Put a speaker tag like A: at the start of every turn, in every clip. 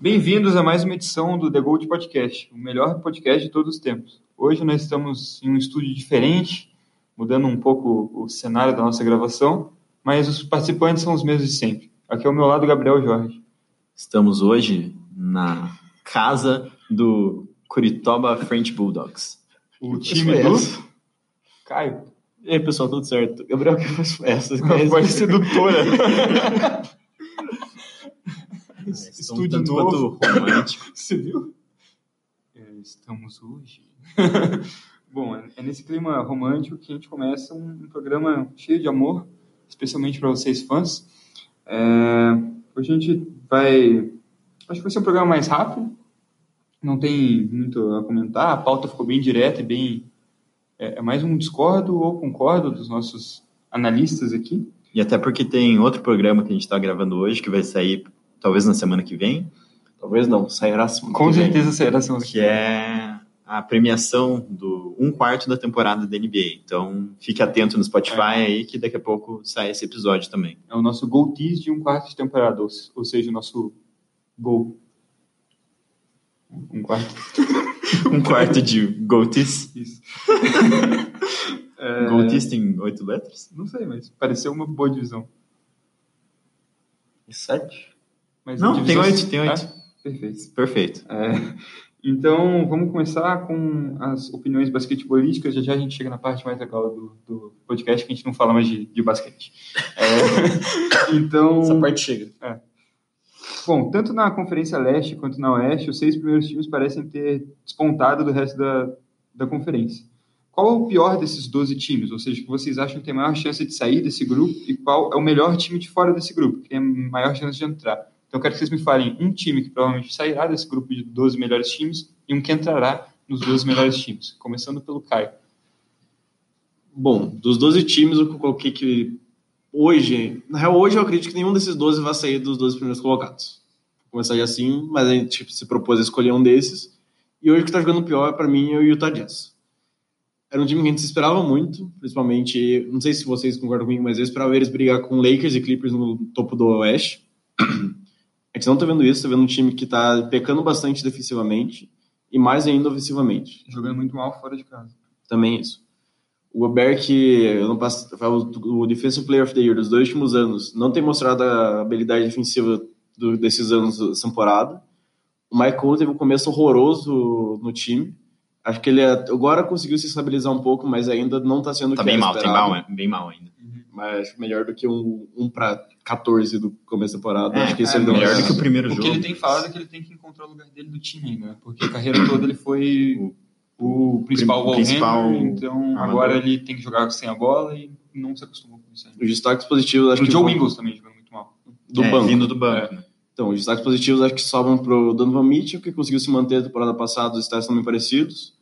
A: Bem-vindos a mais uma edição do The Gold Podcast, o melhor podcast de todos os tempos. Hoje nós estamos em um estúdio diferente, mudando um pouco o cenário da nossa gravação, mas os participantes são os mesmos de sempre. Aqui ao meu lado, Gabriel Jorge.
B: Estamos hoje na casa do Curitiba French Bulldogs.
A: O
B: é
A: time do Caio.
B: E aí, pessoal, tudo certo? Gabriel, que voz foi essa?
A: Voz sedutora.
B: Estúdio
A: Estúdio
B: tanto quanto romântico.
A: Você viu? É, Estamos hoje. Bom, é é nesse clima romântico que a gente começa um um programa cheio de amor, especialmente para vocês fãs. É, hoje a gente vai. Acho que vai ser um programa mais rápido, não tem muito a comentar, a pauta ficou bem direta e bem. É, é mais um discordo ou concordo dos nossos analistas aqui.
B: E até porque tem outro programa que a gente está gravando hoje, que vai sair talvez na semana que vem. Talvez não, sairá semana
A: Com
B: que vem.
A: certeza será essa
B: Que é a premiação do um quarto da temporada da NBA. Então, fique atento no Spotify aí, que daqui a pouco sai esse episódio também.
A: É o nosso gol tease de um quarto de temporada, ou, ou seja, o nosso gol. Um quarto.
B: Um quarto de Goatis.
A: Isso.
B: É... Goatis tem oito letras?
A: Não sei, mas pareceu uma boa divisão.
B: Sete.
A: Mas
B: Não, tem
A: divisões-
B: oito, tem
A: Ah,
B: oito.
A: perfeito.
B: Perfeito.
A: É, então, vamos começar com as opiniões basquetebolísticas. Já já a gente chega na parte mais legal do, do podcast, que a gente não fala mais de, de basquete. É, então...
B: parte chega.
A: Bom, tanto na Conferência Leste quanto na Oeste, os seis primeiros times parecem ter despontado do resto da, da conferência. Qual é o pior desses 12 times? Ou seja, que vocês acham que tem maior chance de sair desse grupo e qual é o melhor time de fora desse grupo, que tem a maior chance de entrar? Então, eu quero que vocês me falem um time que provavelmente sairá desse grupo de 12 melhores times e um que entrará nos 12 melhores times. Começando pelo Caio.
C: Bom, dos 12 times, eu coloquei que hoje, na real, hoje eu acredito que nenhum desses 12 vai sair dos 12 primeiros colocados. Vou começar já assim, mas a gente tipo, se propôs a escolher um desses. E hoje o que tá jogando pior, pra mim, é o Utah Jazz. Era um time que a gente se esperava muito, principalmente, não sei se vocês concordam comigo, mas eu esperava eles brigar com Lakers e Clippers no topo do Oeste. A gente não tá vendo isso, tá vendo um time que tá pecando bastante defensivamente e mais ainda ofensivamente
A: Jogando muito mal fora de casa.
C: também isso. O Gobert, que ano passado, foi o o Defensive Player of the Year dos dois últimos anos, não tem mostrado a habilidade defensiva do- desses anos dessa temporada. O Michael teve um começo horroroso no time. Acho que ele at- agora conseguiu se estabilizar um pouco, mas ainda não está sendo o
B: Tá
C: que
B: bem
C: era
B: mal, tem
C: esperado.
B: mal, bem mal ainda.
C: Mas acho melhor do que um, um para 14 do começo da temporada. acho que isso
A: é
C: ele deu uma
B: melhor do
C: chance.
B: que o primeiro
A: O
B: jogo.
A: que ele tem falado é que ele tem que encontrar o lugar dele no time ainda, né? porque a carreira toda ele foi o, principal
B: prim-
A: wall
B: principal
A: handler, então
B: armador.
A: agora ele tem que jogar sem a bola e não se acostumou com isso ainda.
C: Os destaques positivos, acho
A: o
C: que
A: Joe
C: vão
A: Ingles também jogando muito mal.
C: do
B: é,
C: banco.
B: vindo do banco. né?
C: Então, os destaques positivos acho que sobram pro Donovan Mitchell, que conseguiu se manter a temporada passada, os stats estão bem parecidos.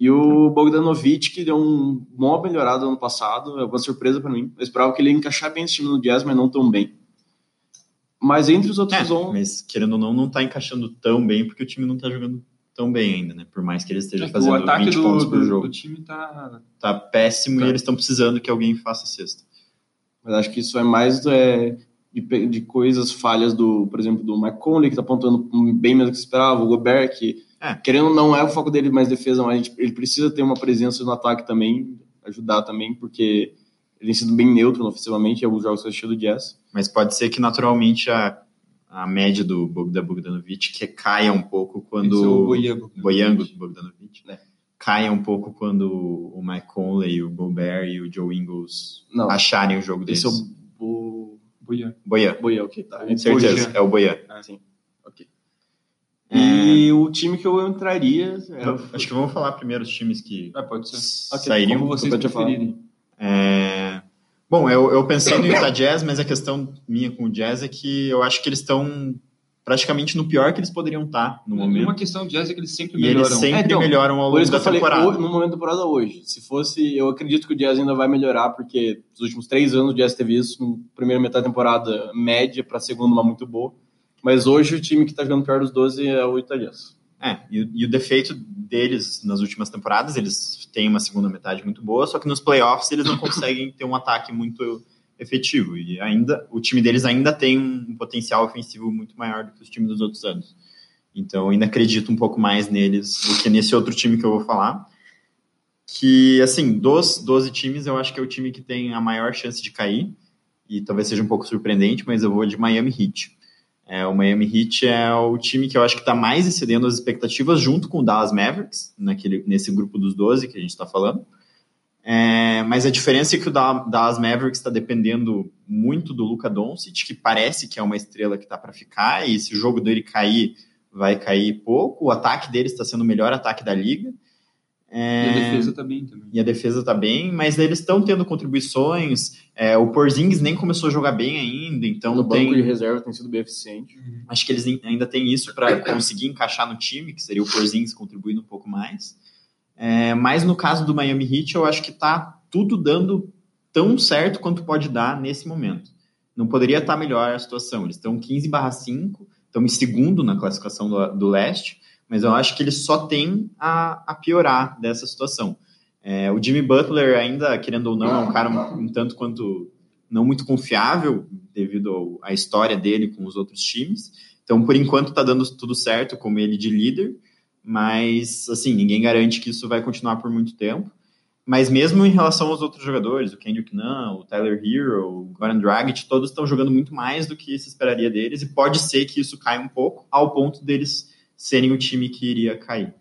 C: E o Bogdanovic, que deu um mó melhorado ano passado, é uma surpresa para mim. Eu esperava que ele ia encaixar bem esse time no Jazz, mas não tão bem. Mas entre os outros
B: É,
C: 11,
B: mas querendo ou não, não tá encaixando tão bem, porque o time não tá jogando tão bem ainda, né? Por mais que ele esteja
A: É que o
B: fazendo
A: ataque
B: 20
A: do,
B: pontos por
A: do-
B: jogo.
A: do time tá.
B: Tá péssimo
C: Tá.
B: e eles estão precisando que alguém faça sexta.
C: mas acho que isso é mais é, de, pe- de coisas falhas do, por exemplo, do Mike Conley, que tá apontando bem menos do que se esperava, o Gobert, que
B: É.
C: querendo ou não é o foco dele mais defesa, mas a gente- ele precisa ter uma presença no ataque também, ajudar também, porque ele tem sido bem neutro ofensivamente, em alguns jogos que eu assisti do Jazz.
B: Mas pode ser que naturalmente a, a média do Bog- da Bogdanovic que caia um pouco
A: esse é
B: quando.
A: o Boiango.
B: Boiango Bogdanovic.
C: É.
B: Caia um pouco quando o Mike Conley, o Gobert e o Joe Ingles
C: Não,
B: acharem o jogo deles.
C: esse é o Bo...
A: Boiango.
B: Boian,
C: Boia, ok, tá.
B: com certeza,
A: Bojan.
B: é o Boian.
C: Ah, sim, ok.
B: É.
C: E o time que eu entraria... é, Era...
B: Eu Acho que vamos falar primeiro os times que
A: Ah, pode ser.
B: sairiam.
A: Como vocês
C: eu tinha falado.
A: preferirem.
B: É, Bom, eu, eu pensei no Utah Jazz, mas a questão minha com o Jazz é que eu acho que eles estão praticamente no pior que eles poderiam estar no
A: Uma
B: momento.
A: questão de jazz é que eles sempre
B: E
A: melhoram.
B: eles sempre
C: É, então,
B: melhoram ao longo
C: Por isso que
B: da
C: eu falei
B: temporada.
C: ho- no momento da temporada hoje. Se fosse, eu acredito que o Jazz ainda vai melhorar, porque nos últimos três anos o Jazz teve isso, no primeira metade da temporada média para segunda, uma muito boa. Mas hoje o time que tá jogando pior dos 12 é o Utah Jazz.
B: É, e, o- e o defeito deles nas últimas temporadas, eles têm uma segunda metade muito boa, só que nos playoffs eles não conseguem ter um ataque muito efetivo. E ainda o time deles ainda tem um potencial ofensivo muito maior do que os times dos outros anos. Então eu ainda acredito um pouco mais neles do que nesse outro time que eu vou falar. Que, assim, dos 12 times, eu acho que é o time que tem a maior chance de cair. E talvez seja um pouco surpreendente, mas eu vou de Miami Heat. É, o Miami Heat é o time que eu acho que está mais excedendo as expectativas, junto com o Dallas Mavericks, naquele, nesse grupo dos 12 que a gente está falando. É, mas a diferença é que o Dallas Mavericks está dependendo muito do Luca Doncic, que parece que é uma estrela que está para ficar, e se o jogo dele cair, vai cair pouco. O ataque dele está sendo o melhor ataque da liga.
A: É... E a defesa tá bem também.
B: E a defesa tá bem, mas eles estão tendo contribuições. É, o Porzingis nem começou a jogar bem ainda, então
C: no
B: tem...
C: banco de reserva tem sido bem eficiente.
B: Uhum. Acho que eles ainda têm isso para conseguir encaixar no time, que seria o Porzingis contribuindo um pouco mais. É, mas no caso do Miami Heat, eu acho que tá tudo dando tão certo quanto pode dar nesse momento. Não poderia estar tá melhor a situação. Eles estão 15 barra 5, estão em segundo na classificação do, do leste mas eu acho que ele só tem a, a piorar dessa situação. É, o Jimmy Butler, ainda, querendo ou não, é um cara um, um tanto quanto não muito confiável devido à história dele com os outros times. Então, por enquanto, está dando tudo certo como ele de líder, mas, assim, ninguém garante que isso vai continuar por muito tempo. Mas mesmo em relação aos outros jogadores, o Kendrick Nunn, o Tyler Hero, o Goran Dragic, todos estão jogando muito mais do que se esperaria deles, e pode ser que isso caia um pouco, ao ponto deles serem o time que iria cair.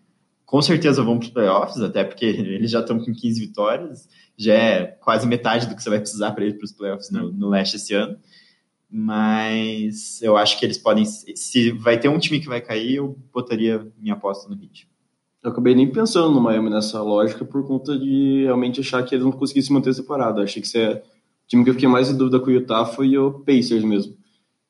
B: Com certeza vão para os playoffs, até porque eles já estão com 15 vitórias, já é quase metade do que você vai precisar para ir para os playoffs no, no, leste esse ano. Mas eu acho que eles podem. Se vai ter um time que vai cair, eu botaria minha aposta no Heat.
C: Eu acabei nem pensando no Miami nessa lógica por conta de realmente achar que eles não conseguissem manter separado. Achei que é... o time que eu fiquei mais em dúvida com o Utah foi o Pacers mesmo.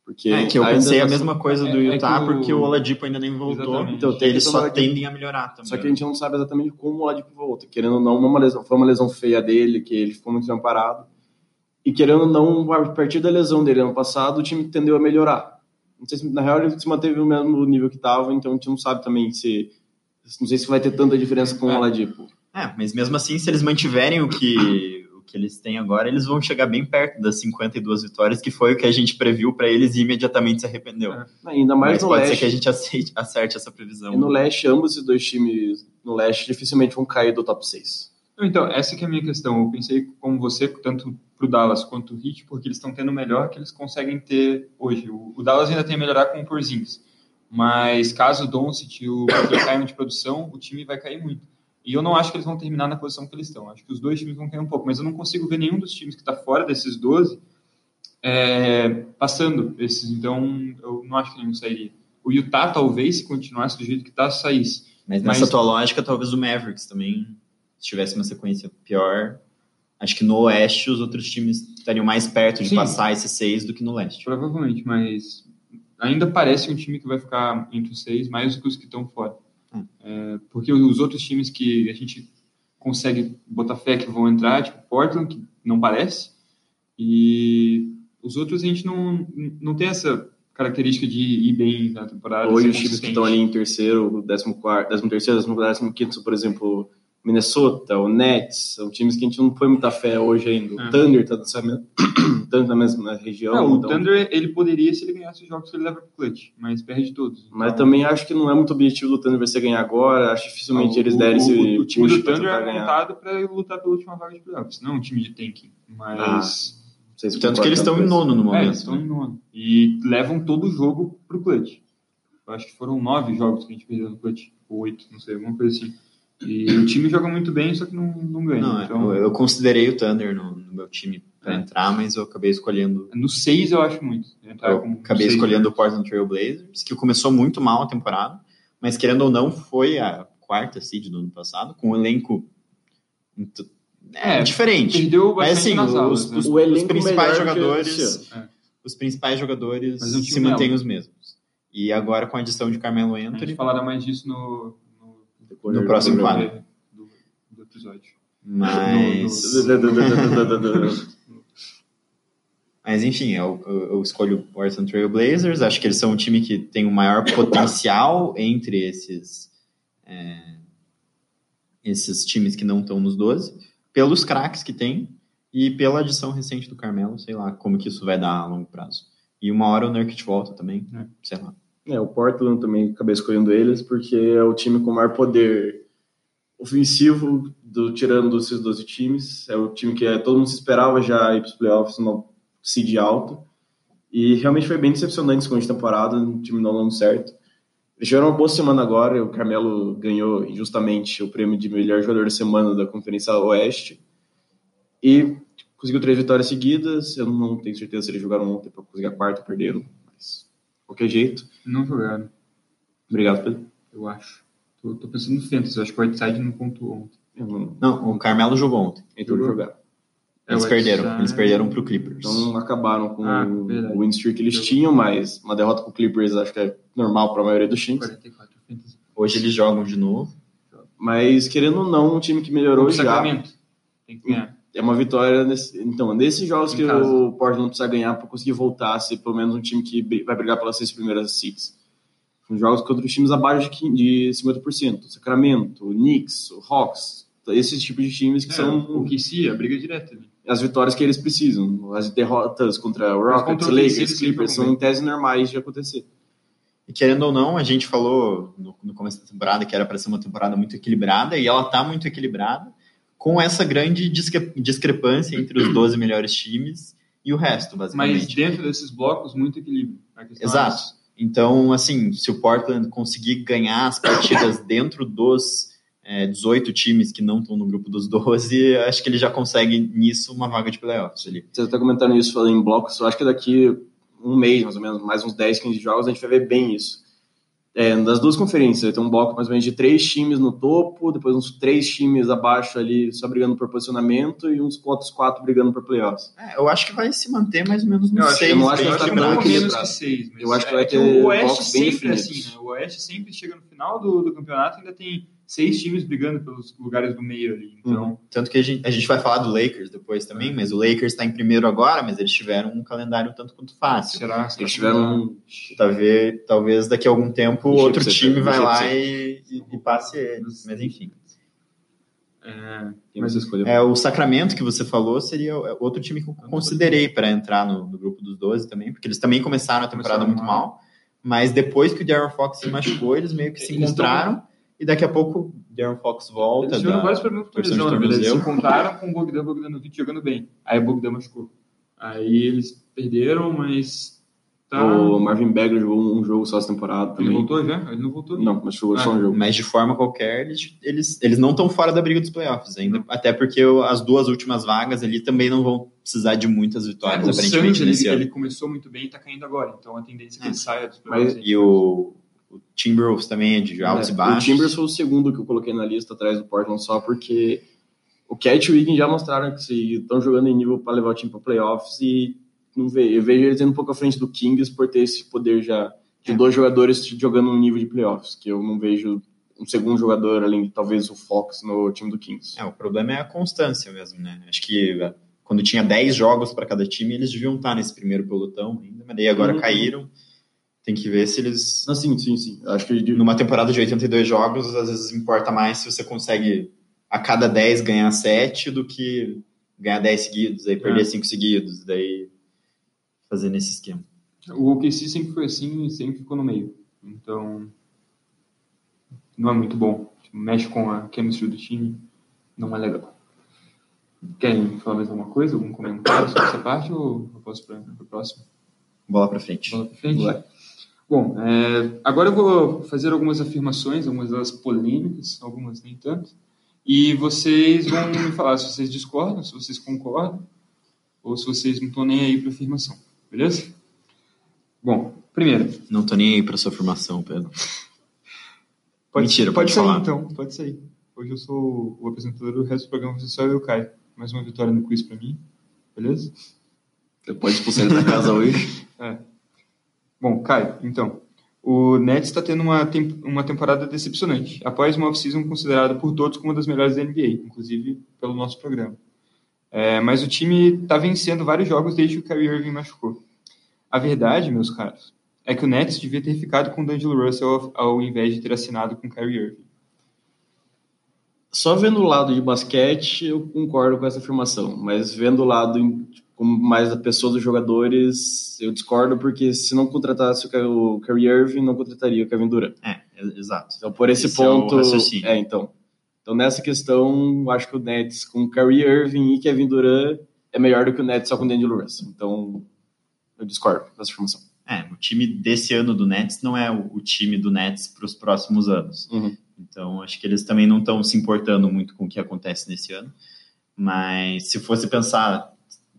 B: Porque é, que eu pensei a mesma coisa é, do Utah, é o... porque o Oladipo ainda nem voltou. Exatamente. Então eles só Oladipo. tendem a melhorar também.
C: Só que a gente não sabe exatamente como um o Oladipo volta. Querendo ou não, uma lesão, foi uma lesão feia dele, que ele ficou muito tempo parado. E querendo ou não, a partir da lesão dele ano passado, o time tendeu a melhorar. Não sei se, na real, ele se manteve no mesmo nível que estava, então a gente não sabe também se... Não sei se vai ter tanta diferença com o Oladipo.
B: É, mas mesmo assim, se eles mantiverem o que que eles têm agora, eles vão chegar bem perto das 52 vitórias, que foi o que a gente previu para eles e imediatamente se arrependeu. É,
C: ainda mais Mas no
B: pode
C: leste.
B: ser que a gente acerte, acerte essa previsão.
C: E no leste, ambos os dois times no leste dificilmente vão cair do top 6.
A: Então, essa é a minha questão. Eu pensei como você, tanto pro Dallas quanto o Heat, porque eles estão tendo o melhor que eles conseguem ter hoje. O, o Dallas ainda tem a melhorar com o Porzingis. Mas caso o Doncic e o Butler caiam de produção, o time vai cair muito. E eu não acho que eles vão terminar na posição que eles estão. Acho que os dois times vão cair um pouco, mas eu não consigo ver nenhum dos times que está fora desses 12 é, passando esses. Então, eu não acho que nenhum sairia. O Utah, talvez, se continuasse do jeito que está, saísse.
B: Mas nessa mas... tua lógica, talvez o Mavericks também tivesse uma sequência pior. Acho que no Oeste os outros times estariam mais perto de Sim, passar esses seis do que no Leste.
A: Provavelmente, mas ainda parece um time que vai ficar entre os seis mais do que os que estão fora.
C: Hum.
A: É, porque os outros times que a gente consegue botar fé que vão entrar, tipo Portland, que não parece, e os outros a gente não, não tem essa característica de ir bem na temporada.
C: Hoje os times que estão ali em terceiro, décimo quarto, décimo terceiro, décimo, décimo quinto, por exemplo, Minnesota, o Nets, são times que a gente não põe muita fé hoje ainda. O é. Thunder está nessa mesma, Thunder na mesma região.
A: Não, o então... Thunder ele poderia se ele ganhasse os jogos que ele leva pro clutch, mas perde todos. Então...
C: Mas também acho que não é muito objetivo do Thunder você ganhar agora, acho que dificilmente não, eles
A: o,
C: derem esse
A: O, o time
B: tipo
A: do Thunder é montado para lutar pela última vaga de playoffs, não um time de tanking, mas... Ah.
B: Se Tanto que eles estão em nono no momento. É,
A: estão em nono. E levam todo o jogo pro clutch. Eu acho que foram nove jogos que a gente perdeu no clutch, ou oito, não sei, alguma coisa assim. E o time joga muito bem, só que não, não ganha. Não,
B: então... eu, eu, considerei o Thunder no, no meu time para é. entrar, mas eu acabei escolhendo.
A: No 6 eu acho muito.
B: Eu, eu acabei escolhendo né? o Portland Trail Blazers, que começou muito mal a temporada, mas querendo ou não, foi a quarta seed do ano passado, com um elenco. É, diferente.
A: Perdeu
B: mas assim,
A: nas aulas,
B: os, né? os, os principais jogadores. É. Os principais jogadores se mantêm os mesmos. E agora com a adição de Carmelo né? Anthony. A gente
A: falará mais disso no,
B: no próximo quadro.
A: Do, do, episódio.
B: Mas. Mas enfim, eu, eu escolho o Portland Trail Blazers. Acho que eles são um time que tem o maior potencial entre esses, é, esses times que não estão nos 12, pelos craques que tem. E pela adição recente do Carmelo, sei lá como que isso vai dar a longo prazo. E uma hora o Nurkic volta também,
A: É.
B: sei lá.
C: É, o Portland também acabei escolhendo eles porque é o time com maior poder ofensivo, do, tirando esses 12 times. É o time que é, todo mundo se esperava já ir para os playoffs, uma seed alta. E realmente foi bem decepcionante esse começo de temporada, o time não dando certo. Eles tiveram uma boa semana agora, o Carmelo ganhou injustamente o prêmio de melhor jogador da semana da Conferência Oeste. E conseguiu três vitórias seguidas. Eu não tenho certeza se eles jogaram ontem para conseguir a quarta, perderam. Mas, de qualquer jeito.
A: Não jogaram,
C: Obrigado, Pedro.
A: eu acho. Tô, tô pensando no Fantasy, eu acho que o Whiteside não pontuou ontem.
C: Eu não-
B: Não, o Carmelo jogou ontem.
C: Então eles jogaram.
A: É,
B: Eles
A: o
B: perderam.
A: Whiteside-
B: Eles perderam pro Clippers.
C: Então acabaram com
A: Ah, verdade.
C: o win streak que eles
A: Jogou.
C: tinham, mas uma derrota com o Clippers acho que é normal para a maioria dos times.
A: 44 Fantasy.
B: Hoje eles jogam de novo.
C: Mas querendo ou não, um time que melhorou
A: O
C: já
A: Sacramento. Tem que ganhar.
C: é uma vitória. Nesse, então, nesses jogos
A: Em
C: que
A: casa.
C: o Portland precisa ganhar para conseguir voltar a ser pelo menos um time que bri- vai brigar pelas seis primeiras seeds. São jogos contra os times abaixo de quin- de 50%. Sacramento, Knicks, Hawks, esses tipos de times que
A: É,
C: são
A: o que se a briga direta. né?
C: as vitórias que eles precisam. As derrotas contra Rockets,
A: contra o OKC eles
C: Lakers,
A: sempre
C: Clippers
A: jogam
C: são em tese normais de acontecer.
B: E querendo ou não, a gente falou no, no começo da temporada que era para ser uma temporada muito equilibrada, e ela tá muito equilibrada, com essa grande disque- discrepância entre os 12 melhores times e o resto,
A: Mas
B: basicamente.
A: dentro desses blocos, muito equilíbrio. A questão é
B: Exato. Então, assim, se o Portland conseguir ganhar as partidas dentro dos é, 18 times que não estão no grupo dos 12, acho que ele já consegue nisso uma vaga de playoffs ali.
C: Você está comentando isso falando em blocos. Eu acho que daqui um mês, mais ou menos, mais uns 10, 15 jogos, a gente vai ver bem isso. É, nas duas conferências, vai ter um bloco mais ou menos de três times no topo, depois uns três times abaixo ali só brigando por posicionamento e uns outros quatro brigando por playoffs.
B: É, eu acho que vai se manter mais ou menos
A: Eu
B: no
A: acho que-
B: 6.
C: eu não acho
A: Eu
C: Mas
A: acho
C: tá
A: que
C: tão
A: não menos
C: equilibrado.
A: que seis. Mas
C: Eu acho que
A: é
C: vai ter
A: o Oeste
C: blocos bem
A: sempre é assim,
C: definidos.
A: né? O Oeste sempre chega no final do, do campeonato e ainda tem seis times brigando pelos lugares do meio ali. Então,
C: Uhum.
B: Tanto que a gente, a gente vai falar do Lakers depois também, mas o Lakers está em primeiro agora, mas eles tiveram um calendário tanto quanto fácil.
A: será que
C: Eles tiveram um
B: Talvez, talvez daqui a algum tempo
C: Deixa
B: outro
C: pra você,
B: time
C: deixa
B: vai
C: pra
B: lá
C: você.
B: e, e- e passe eles. Mas enfim.
C: Quem você escolheu?
B: É, o Sacramento que você falou seria é, outro time que eu considerei para entrar no, no grupo dos 12 também, porque eles também começaram a temporada
A: Começaram
B: muito
A: mal.
B: mal. Mas depois que o Darren Fox se machucou, eles meio que se
A: Eles tão-
B: encontraram. E daqui a pouco o Darren Fox volta.
A: Eles tiveram
B: da-
A: vários problemas com
B: torção de
A: lesão, na verdade. Eles se
B: tornozelo.
A: encontraram com o Bogdan Bogdanovic jogando bem. Aí o Bogdan machucou. Aí eles perderam, mas tá...
C: O Marvin Bagley jogou um jogo só essa temporada
A: Ele
C: também.
A: voltou já? Ele não voltou?
C: Não, mas jogou só
A: Ah.
C: um jogo.
B: Mas de forma qualquer, eles, eles, eles não estão fora da briga dos playoffs ainda. Até porque o- as duas últimas vagas ali também não vão precisar de muitas vitórias,
A: É, o Suns,
B: aparentemente, nesse
A: ele,
B: ano.
A: ele começou muito bem e tá caindo agora. Então a tendência é que ele saia dos
C: Mas-
A: playoffs.
B: E o, o Timberwolves também é de altos
C: É,
B: e baixos.
C: O Timbers foi o segundo que eu coloquei na lista atrás do Portland só porque o Cat e o Wiggins já mostraram que se estão jogando em nível para levar o time para playoffs e não ve- eu vejo eles indo um pouco à frente do Kings por ter esse poder já de
A: É.
C: dois jogadores jogando um nível de playoffs, que eu não vejo um segundo jogador além de talvez o Fox no time do Kings.
B: É, o problema é a constância mesmo, né? Acho que eh, quando tinha 10 jogos para cada time, eles deviam estar nesse primeiro pelotão ainda, mas daí agora
C: Uhum.
B: caíram. Tem que ver se eles.
C: Ah, sim, sim, sim. Eu Acho que de-
B: Numa temporada de 82 jogos, às vezes importa mais se você consegue a cada 10 ganhar 7 do que ganhar 10 seguidos, aí
C: É.
B: perder 5 seguidos, daí fazer nesse esquema.
A: O OKC sempre foi assim e sempre ficou no meio. Então, não é muito bom. Tipo, Mexe com a chemistry do time, não é legal. Querem falar mais alguma coisa? Algum comentário sobre essa parte? Ou eu posso para o próximo?
B: Bola pra frente.
A: Bola pra frente?
C: Vai.
A: Bom, é, agora eu vou fazer algumas afirmações, algumas delas polêmicas, algumas nem tanto. E vocês vão me falar se vocês discordam, se vocês concordam, ou se vocês não estão nem aí para afirmação, beleza? Bom, primeiro,
B: Não tô nem aí pra sua formação, Pedro.
A: Pode,
B: Mentira,
A: pode,
B: pode
A: sair
B: falar.
A: então, pode sair. Hoje eu sou o apresentador, o resto do programa você só eu e o Caio. Mais uma vitória no quiz pra mim, beleza?
C: Você pode expulsar ele da casa hoje.
A: Bom, Caio, então. O Nets está tendo uma, tem- uma temporada decepcionante, após uma off-season considerada por todos como uma das melhores da NBA, inclusive pelo nosso programa. É, mas o time está vencendo vários jogos desde que o Kyrie Irving machucou. A verdade, meus caros, é que o Nets devia ter ficado com o D'Angelo Russell ao, ao invés de ter assinado com o Kyrie Irving.
C: Só vendo o lado de basquete, eu concordo com essa afirmação. Mas vendo o lado em- como mais da pessoa dos jogadores, eu discordo, porque se não contratasse o Ky- o Kyrie Irving, não contrataria o Kevin Durant.
B: É, e- exato.
C: Então, por esse,
B: Esse é o
C: ponto.
B: raciocínio.
C: é, então. Então, nessa questão, eu acho que o Nets com Kyrie Irving e Kevin Durant é melhor do que o Nets só com o D'Angelo Russell. Então, eu discordo dessa afirmação.
B: É, o time desse ano do Nets não é o, o time do Nets para os próximos anos.
C: Uhum.
B: Então, acho que eles também não estão se importando muito com o que acontece nesse ano. Mas se fosse pensar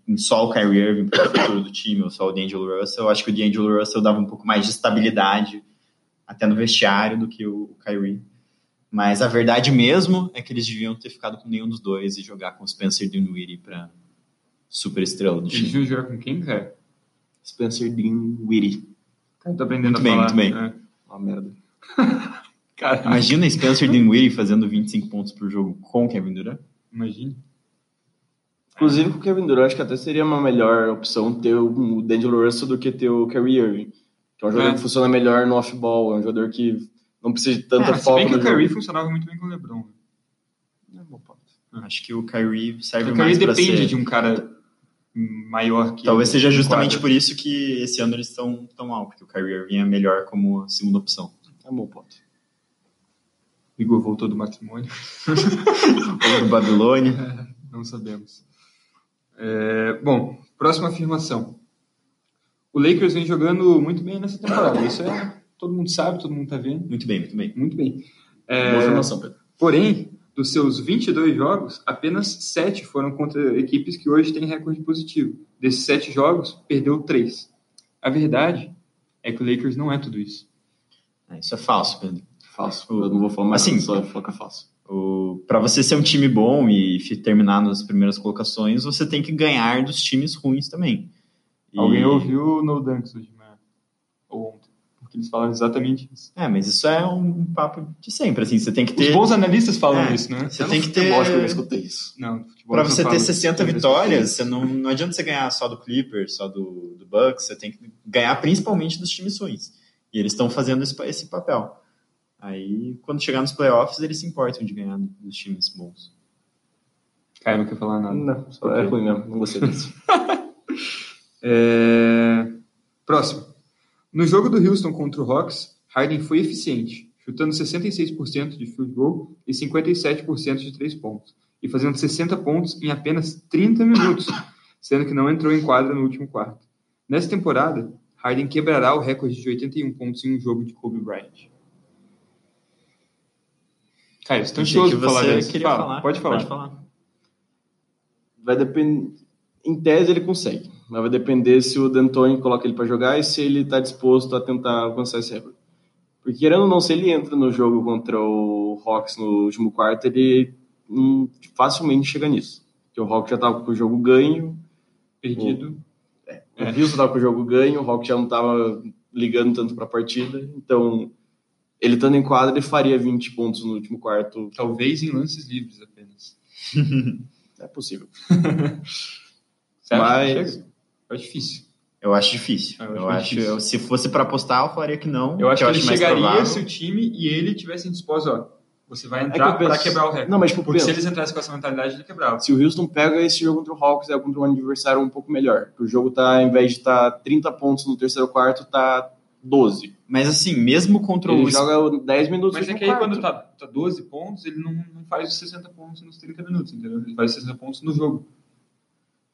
B: em só o Kyrie Irving para o futuro do time, ou só o D'Angelo Russell, eu acho que o D'Angelo Russell dava um pouco mais de estabilidade, até no vestiário, do que o, o Kyrie. Mas a verdade mesmo é que eles deviam ter ficado com nenhum dos dois e jogar com o Spencer Dinwiddie para super estrela do
A: Eles
B: time.
A: iam jogar com quem, cara?
C: Spencer Dinwiddie.
A: Cara, tá aprendendo
B: Muito bem,
A: a falar.
B: muito bem.
A: né?
C: Uma merda.
A: Cara,
B: Imagina Spencer Dinwiddie fazendo 25 pontos por jogo com o Kevin Durant.
A: imagina.
C: Inclusive, com o Kevin Durant, acho que até seria uma melhor opção ter o D'Angelo Russell do que ter o Kyrie Irving. Que é um jogador
A: É.
C: que funciona melhor no off-ball, é um jogador que não precisa de tanta
A: Ah, se
C: foco
A: bem que
C: no
A: o Kyrie funcionava muito bem com o LeBron.
C: jogo. É, bom ponto.
B: Acho que o Kyrie serve
A: O
B: mais
A: Kyrie
B: para
A: depende
B: ser...
A: de um né, cara maior que
B: Talvez
A: ele
B: seja
A: em
B: justamente
A: quadra.
B: por isso que esse ano eles estão tão mal, porque o Kyrie Irving é melhor como segunda opção.
C: É um bom ponto.
A: Igor voltou do matrimônio,
B: Ou do Babilônia.
A: não sabemos. É, bom, próxima afirmação. O Lakers vem jogando muito bem nessa temporada. Isso é todo mundo sabe, todo mundo tá vendo.
B: Muito bem, muito bem.
A: Muito bem.
C: Boa
A: É,
C: afirmação, Pedro.
A: porém, dos seus 22 jogos, apenas 7 foram contra equipes que hoje têm recorde positivo. Desses 7 jogos, perdeu 3. A verdade é que o Lakers não é tudo isso.
B: Ah, Isso é falso, Pedro.
C: Falso. Eu não vou falar mais
B: Assim,
C: nada, só foca falso.
B: Para você ser um time bom e fi- terminar nas primeiras colocações, você tem que ganhar dos times ruins também. E-
A: Alguém ouviu o No Dunks hoje, né? ou ontem, porque eles falaram exatamente isso.
B: É, mas isso é um papo de sempre, assim. Você tem que
A: Os
B: ter...
A: bons analistas falam
B: É,
A: isso, né?
B: Você
C: Até
B: tem
C: no
B: que ter...
C: futebol, acho que eu já escutei isso.
A: Não, no futebol
B: Para
A: eles
B: você
A: não
B: ter
A: falam.
B: 60 vitórias, você não, não adianta você ganhar só do Clippers, só do, do Bucks, você tem que ganhar principalmente dos times ruins. E eles estão fazendo esse, pa- esse papel. Aí, quando chegar nos playoffs, eles se importam de ganhar dos times bons.
A: Caio não quer falar
B: Hum.
A: nada.
C: Não, só é ruim mesmo. Não gostei disso.
A: É, Próximo. No jogo do Houston contra o Hawks, Harden foi eficiente, chutando 66% de field goal e 57% de três pontos, e fazendo 60 pontos em apenas 30 minutos, sendo que não entrou em quadra no último quarto. Nessa temporada, Harden quebrará o recorde de 81 pontos em um jogo de Kobe Bryant. Caio, estou
B: Achei
A: é ansioso para falar disso.
B: queria
A: Fala, pode falar.
C: vai depender. Em tese ele consegue, mas vai depender se o D'Antoni coloca ele para jogar e se ele está disposto a tentar alcançar esse recorde. Porque querendo ou não, se ele entra no jogo contra o Hawks no último quarto, ele hum, facilmente chega nisso. Porque o Hawks já estava com o jogo ganho,
A: Perdido.
C: o Wilson tava com o jogo ganho, o Rock já não tava ligando tanto pra partida, então ele estando em quadra, ele faria 20 pontos no último quarto,
A: Talvez em lances livres apenas.
C: é possível.
A: Você acha que
C: Mas-
A: chega? É difícil.
B: Eu acho difícil.
A: Ah, eu
B: Eu,
A: acho
B: acho,
A: difícil.
B: eu- se fosse para apostar, eu falaria que não.
A: Eu acho que
B: eu
A: ele
B: mais
A: chegaria
B: provável.
A: se o time e ele tivessem disposto, ó, você vai
C: É que
A: entrar
C: eu penso-
A: pra quebrar o recorde.
C: Não, mas tipo,
A: Porque se
C: pensa,
A: eles entrassem com essa mentalidade, ele quebrava.
C: se o Houston pega esse jogo contra o Hawks, é contra um adversário um pouco melhor, porque o jogo tá, ao invés de estar tá 30 pontos no terceiro quarto, tá 12.
B: Mas assim, mesmo contra
C: Ele
B: o
C: joga 10 minutos
A: Mas
C: no
A: é que
C: último
A: aí
C: quarto.
A: quando tá, tá 12 pontos, ele não, não faz os 60 pontos nos 30 minutos, entendeu? Ele faz os 60 pontos no jogo.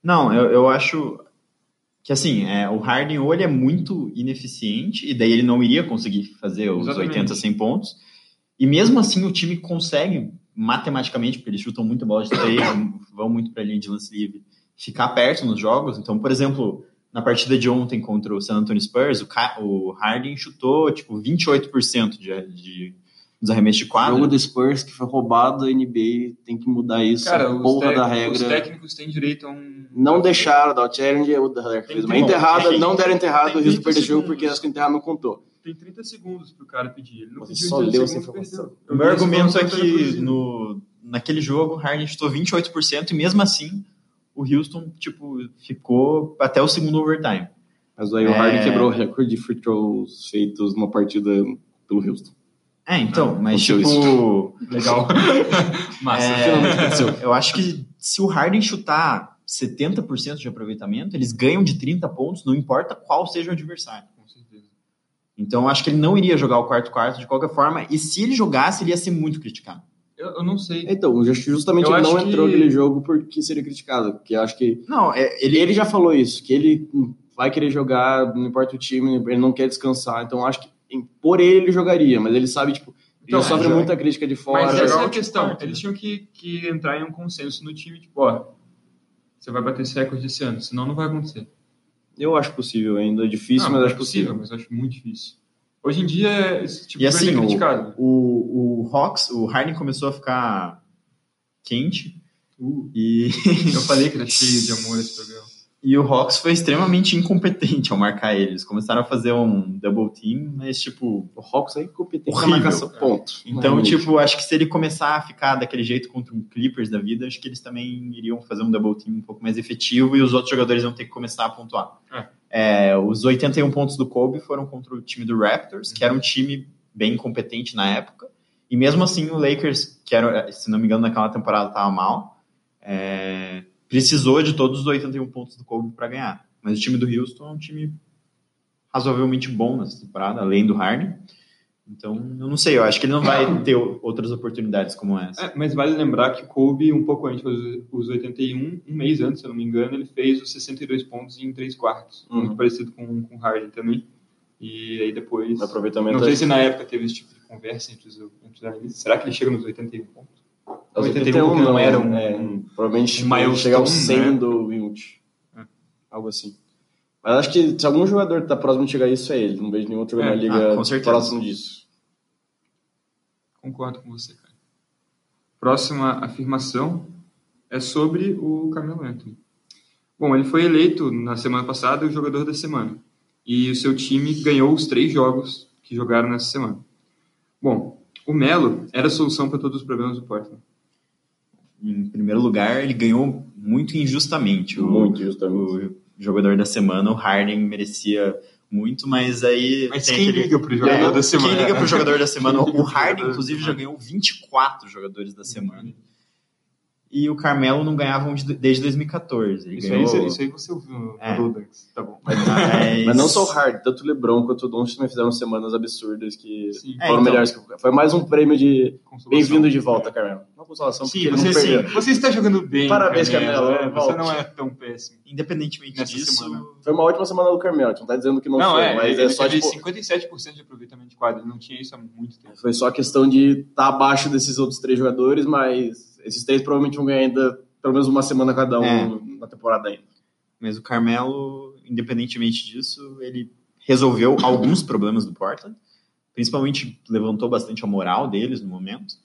B: Não, eu, eu acho que assim, é, o Harden ou ele é muito ineficiente, e daí ele não iria conseguir fazer os
A: Exatamente.
B: 80, 100 pontos. E mesmo assim o time consegue, matematicamente, porque eles chutam muita bola de três, vão muito para a linha de lance livre, ficar perto nos jogos. Então, por exemplo, na partida de ontem contra o San Antonio Spurs, o, Ca- o Harden chutou tipo 28% de, de, dos arremessos de
C: O
B: quadra.
C: jogo do Spurs que foi roubado da NBA, tem que mudar isso,
A: Cara,
C: a
A: os,
C: porra
A: tec-
C: da
A: os
C: regra.
A: técnicos têm direito a um.
C: Não deixaram dar o challenge, é o Dallaire
A: Tem
C: fez uma
A: que-
B: bom,
C: enterrada,
B: tem-
C: não deram enterrada, o
A: tem
C: Houston perdeu o jogo
A: segundos.
C: porque acho que o enterrado não contou.
A: Tem 30 segundos pro cara pedir. Ele não
C: Você
A: pediu
C: só
A: em 30
C: leu essa
A: segundos,
C: informação.
A: perdeu.
B: O meu
A: Eu
B: argumento é
A: disse eu
B: que
A: tô
B: no, naquele jogo o Harden chutou 28% e mesmo assim o Houston tipo ficou até o segundo overtime.
C: Mas aí o
B: É.
C: Harden quebrou o recorde de free throws feitos numa partida pelo Houston.
B: É, então, mas
C: Ah, aconteceu
B: tipo.
A: Legal. Massa.
B: É,
C: finalmente aconteceu.
B: Eu acho que se o Harden chutar 70% de aproveitamento, eles ganham de 30 pontos, não importa qual seja o adversário.
A: Com certeza.
B: Então eu acho que ele não iria jogar o quarto quarto de qualquer forma, e se ele jogasse, ele ia ser muito criticado.
A: Eu, eu não sei.
C: Então, just- justamente
A: Eu
C: ele não
A: acho que-
C: entrou naquele jogo porque seria criticado. Porque eu acho que.
B: Não, é,
C: Ele, ele já falou isso, que ele vai querer jogar, não importa o time, ele não quer descansar. Então, eu acho que em- por ele ele jogaria, mas ele sabe, tipo,
A: Então,
C: ele sofre
B: joga.
C: muita crítica de fora.
A: Mas essa é a
B: Tipo,
A: questão.
B: parte,
A: Eles tinham que, que entrar em um consenso no time, tipo, ó, você vai bater esse recorde esse ano, senão não vai acontecer.
C: Eu acho possível ainda, é difícil,
A: Ah,
C: mas
A: é
C: acho possível.
A: mas eu acho muito difícil. Hoje em dia, esse tipo
B: E
A: de coisa
B: assim,
A: é
B: o-
A: criticado.
B: o, o Hawks, o Harden começou a ficar quente,
A: Uh,
B: e,
A: eu falei que era cheio de amor esse programa.
B: e o Hawks foi extremamente incompetente ao marcar eles. Começaram a fazer um double team, mas tipo,
C: O Hawks aí competente na
B: Horrível,
C: marcação,
A: cara.
C: ponto.
B: Então,
C: Realmente.
B: tipo, acho que se ele começar a ficar daquele jeito contra um Clippers da vida, acho que eles também iriam fazer um double team um pouco mais efetivo e os outros jogadores iam ter que começar a pontuar. É, os 81 pontos do Kobe foram contra o time do Raptors, que era um time bem competente na época. E mesmo assim, o Lakers, que era, se não me engano, naquela temporada estava mal, é, precisou de todos os 81 pontos do Kobe para ganhar. Mas o time do Houston é um time razoavelmente bom nessa temporada, além do Harden. Então, eu não sei, eu acho que ele não vai ter o- outras oportunidades como essa.
A: É, mas vale lembrar que Kobe, um pouco antes dos os 81, um mês antes, se eu não me engano, ele fez os 62 pontos em 3 quartos.
C: Uhum.
A: Muito parecido com com o Harden também. E aí depois...
C: O aproveitamento
A: Não sei
C: é-
A: se na época teve esse tipo de conversa entre os, entre os analistas. Será que ele chega nos 81 pontos?
C: é os
A: 81, que não era um-
C: é,
A: um-
C: provavelmente
A: um milestone,
C: chegar aos 100
A: né? É.
C: do Wilt. Algo assim. Mas acho que se algum jogador que tá próximo de chegar a isso é ele. Não vejo nenhum outro jogador
A: É,
C: na liga
B: ah, com certeza.
C: próximo disso.
A: Concordo com você, cara. Próxima afirmação é sobre o Carmelo Anthony. Bom, ele foi eleito na semana passada o jogador da semana. E o seu time ganhou os três jogos que jogaram nessa semana. Bom, o Melo era a solução para todos os problemas do Portland.
B: Em primeiro lugar, ele ganhou muito injustamente. O,
C: Muito, justamente.
B: o jogador da semana, o Harden, merecia muito, mas aí... tem aquele-
A: para o
B: É, Quem liga pro jogador da semana?
A: Quem liga
B: o
A: pro
B: Harden,
A: jogador da
B: inclusive, já
A: semana?
B: ganhou 24 jogadores da semana. E o Carmelo não ganhava um de- desde 2014. Ele
A: Isso aí,
B: ganhou...
A: isso aí- isso aí você ouviu no
B: É.
A: Rodax. Tá bom.
B: Mas,
C: Mas não só o Hard, tanto o LeBron quanto o Doncic também fizeram semanas absurdas que
A: Sim.
B: É,
C: foram
B: então.
C: melhores que o Foi mais um prêmio de
A: Consolação.
C: bem-vindo de volta, Carmelo. Uma consolação, porque
A: Sim,
C: ele não
A: você,
C: perdeu.
A: sim, você está jogando bem.
C: Parabéns, Carmelo,
A: é, Você
C: volte.
A: não é tão péssimo.
B: Independentemente
A: Nessa
B: disso...
A: semana.
C: Foi uma ótima semana do Carmelo, a gente não tá dizendo que não, foi, mas
A: ele
C: é só,
A: teve
C: tipo,
A: 57% de aproveitamento de quadra. Ele não tinha isso há muito tempo.
C: foi só a questão de estar abaixo desses outros três jogadores, mas esses três provavelmente vão ganhar ainda pelo menos uma semana cada um
B: É.
C: na temporada ainda.
B: Mas o Carmelo, independentemente disso, ele resolveu alguns problemas do Portland. Principalmente levantou bastante a moral deles no momento,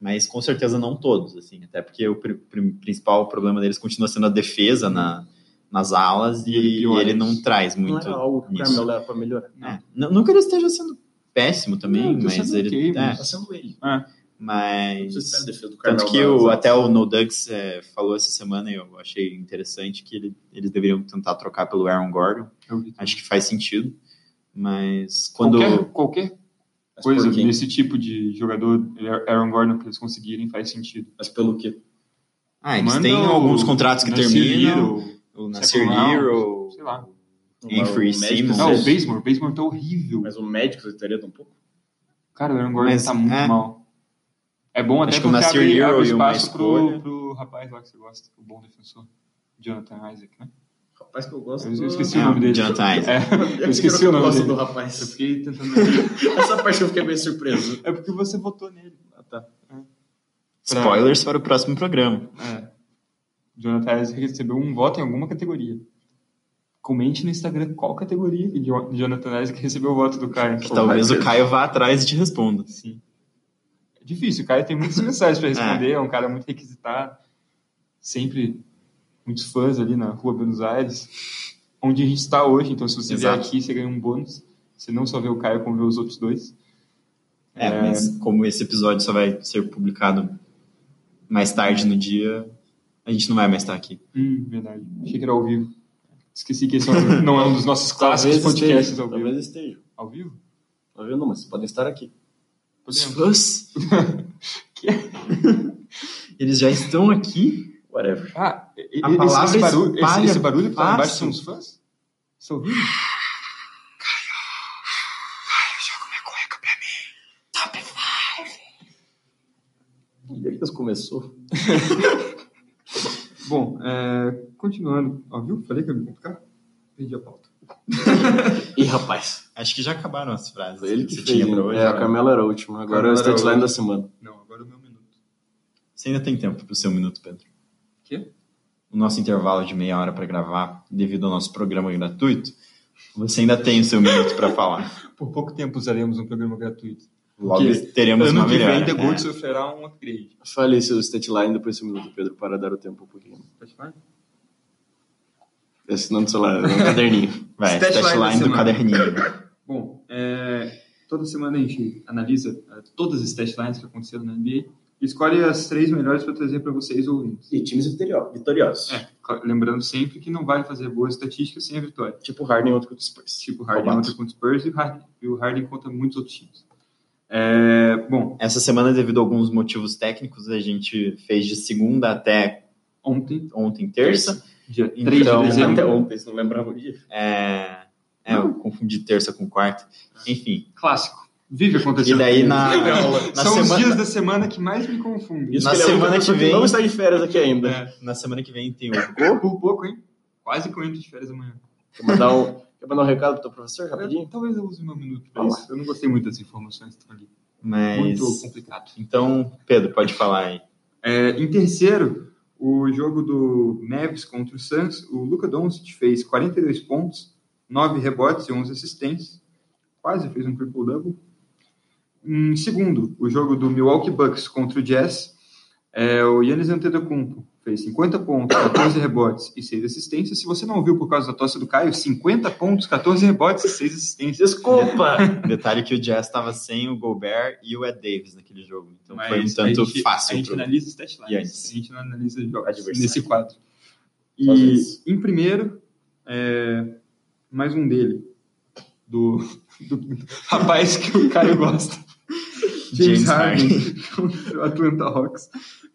B: mas com certeza não todos, assim, até porque o pri- pri- principal problema deles continua sendo a defesa na- nas alas e,
A: E ele
B: e
A: piora
B: ele
A: isso.
B: não traz muito.
C: não é algo que o
B: nisso.
C: Carmelo leva pra melhorar.
B: É. Não, não que ele esteja sendo péssimo também,
A: Não, tá
B: mas
A: sendo
B: ele
A: ok,
B: é,
A: mas-
C: Tá sendo ele.
B: mas
C: Você espera a defesa do
B: tanto
C: Carmelo
B: que
C: na-
B: o,
C: na-
B: até o No Ducks é, falou essa semana, e eu achei interessante, que ele- eles deveriam tentar trocar pelo Aaron Gordon. Acho que faz sentido. Mas quando.
A: Qualquer, qualquer
C: Mas
A: coisa
C: por quê?
A: desse tipo de jogador, Aaron Gordon, que eles conseguirem, faz sentido.
C: Mas pelo quê?
B: Ah, eles
A: Manda
B: têm
A: o-
B: alguns contratos que
A: Nasir
B: terminam.
A: Little,
B: O Nasir
A: Second round,
B: Hero.
A: Sei lá.
B: Free
C: O médico-
B: Simmons.
A: Não, o
C: Mas-
A: Basemore. O Basemore tá horrível.
C: Mas o médico você estaria um pouco?
A: Cara, o Aaron Gordon
B: Mas,
A: tá muito
B: é.
A: mal. É bom até
B: Acho que o
A: porque
B: Nasir
A: abre,
B: Little
A: abre
B: e uma
A: espaço pro,
B: escolha.
A: pro rapaz lá que você gosta, o bom defensor. Jonathan Isaac, né?
C: Rapaz que eu gosto.
A: Eu
C: do-
A: esqueci
B: É,
A: o nome dele.
B: Jonathan Isaac.
A: É, eu esqueci o
C: Eu
A: nome
C: gosto do
A: dele. Eu
C: rapaz.
A: fiquei tentando...
C: Essa parte eu fiquei meio surpreso.
A: É porque você votou nele. Ah, tá. pra-
B: Spoilers para o próximo programa.
A: É. Jonathan Isaac recebeu um voto em alguma categoria. Comente no Instagram qual categoria que Jo- Jonathan Isaac recebeu o voto do Caio.
B: Que talvez
C: vai
B: o
C: ser.
B: Caio vá atrás e te responda.
A: Sim. É difícil, o Caio tem muitas mensagens pra responder, é. um cara muito requisitado. Sempre muitos fãs ali na rua Buenos Aires, onde a gente está hoje. Então, se você vier
B: Exato.
A: aqui, você ganha um bônus. Você não só vê o Caio, como vê os outros dois.
B: É, mas como esse episódio só vai ser publicado mais tarde no dia, a gente não vai mais estar aqui.
A: Hum, verdade. Achei que era ao vivo. Esqueci que esse é um- não é um dos nossos clássicos
C: Talvez
A: podcasts
C: esteja.
A: ao vivo.
C: Talvez esteja.
A: Ao vivo?
C: Tá vendo? Mas podem estar aqui.
B: Os fãs. que- Eles já estão aqui. Whatever.
A: Ah, e- e-
B: A palavra
A: esse, barulho, esse,
B: espalha
A: esse barulho que tá lá embaixo
B: fácil.
A: são os fãs? Estão ouvindo?
B: Direitas começou.
A: Bom, é, continuando. Ó, viu? Falei que eu ia me complicar? Perdi a pauta.
C: Ih, rapaz.
B: Acho que já acabaram as frases
C: Ele que
B: você
C: fez,
B: tinha pra
C: né?
B: hoje.
C: É, a
B: né?
C: Carmela era a última. Agora é o
A: Carmela era a
C: Statline
A: última.
C: da semana.
A: Não, agora é o meu minuto.
B: Você ainda tem tempo pro seu minuto, Pedro.
A: Quê?
B: O nosso intervalo de meia hora pra gravar, devido ao nosso programa gratuito, você ainda tem o seu minuto pra falar.
A: Por pouco tempo usaremos um programa gratuito.
B: Logo
A: Porque
B: teremos
A: ano
B: uma
A: que
B: melhor.
A: vem, The Gold sofrerá um upgrade.
C: Falei seu Statline depois seu minuto, Pedro, para dar o tempo um pouquinho. É,
A: Spotify?
C: Assinando o celular, no um caderninho.
B: Vai,
A: Stat line da
B: statline do
A: semana.
B: caderninho.
A: Bom, é, toda semana a gente analisa é, todas as testlines que aconteceram na NBA e escolhe as três melhores para trazer para vocês ouvintes.
C: E times vitoriosos.
A: É, claro, lembrando sempre que não vale fazer boas estatísticas sem a vitória.
C: Tipo Harden e outro contra o Spurs.
A: Tipo, o Harden
B: Roubado.
A: contra contra o Spurs e o Harden, e o Harden contra muitos outros times. É, bom,
B: Essa semana, devido a alguns motivos técnicos, a gente fez de segunda até
A: ontem,
B: ontem, terça.
A: dia 3
B: Então,
A: de dezembro,
C: Até ontem, se não lembrava o dia.
B: É, é, eu confundi terça com quarta. Enfim,
A: clássico. Vive
B: e
A: acontecendo.
B: daí na, na
A: São os dias
B: semana,
A: da semana que mais me confundem.
B: Na
C: que ele é a única
B: semana que
C: pessoa
B: vem-
C: Não está de férias aqui ainda.
A: É,
B: na semana que vem tem o
A: por pouco, hein? Quase que eu entro de férias amanhã.
C: Quer mandar um, quer mandar um recado pro teu professor rapidinho?
A: Eu- Talvez eu use meu minuto pra
C: Vai lá.
A: isso. Eu não gostei muito das informações que estão ali.
B: Mas.
A: Muito complicado.
B: Então, Pedro, pode falar aí.
A: É, em terceiro, o jogo do Mavis contra o Suns, o Luca Doncic fez 42 pontos, 9 rebotes e 11 assistências. Quase fez um triple-double. Em segundo, o jogo do Milwaukee Bucks contra o Jazz, é, o Yannis Antetokounmpo fez 50 pontos, 14 rebotes e 6 assistências. Se você não viu por causa da tosse do Caio, 50 pontos, 14 rebotes e 6 assistências.
C: Desculpa!
B: Detalhe que o Jazz estava sem o Gobert e o Ed Davis naquele jogo. Então
A: Mas
B: foi um tanto
A: a gente, A
B: fácil.
A: gente é
B: Pro...
A: analisa os stat
B: Yannis.
A: lines. A gente não analisa jogos
B: Adversário.
A: nesse quadro.
C: Só
A: E
C: isso.
A: em primeiro, é, mais um dele. Do, do rapaz que o Caio gosta.
B: James
A: James Harden, contra o Atlanta Hawks.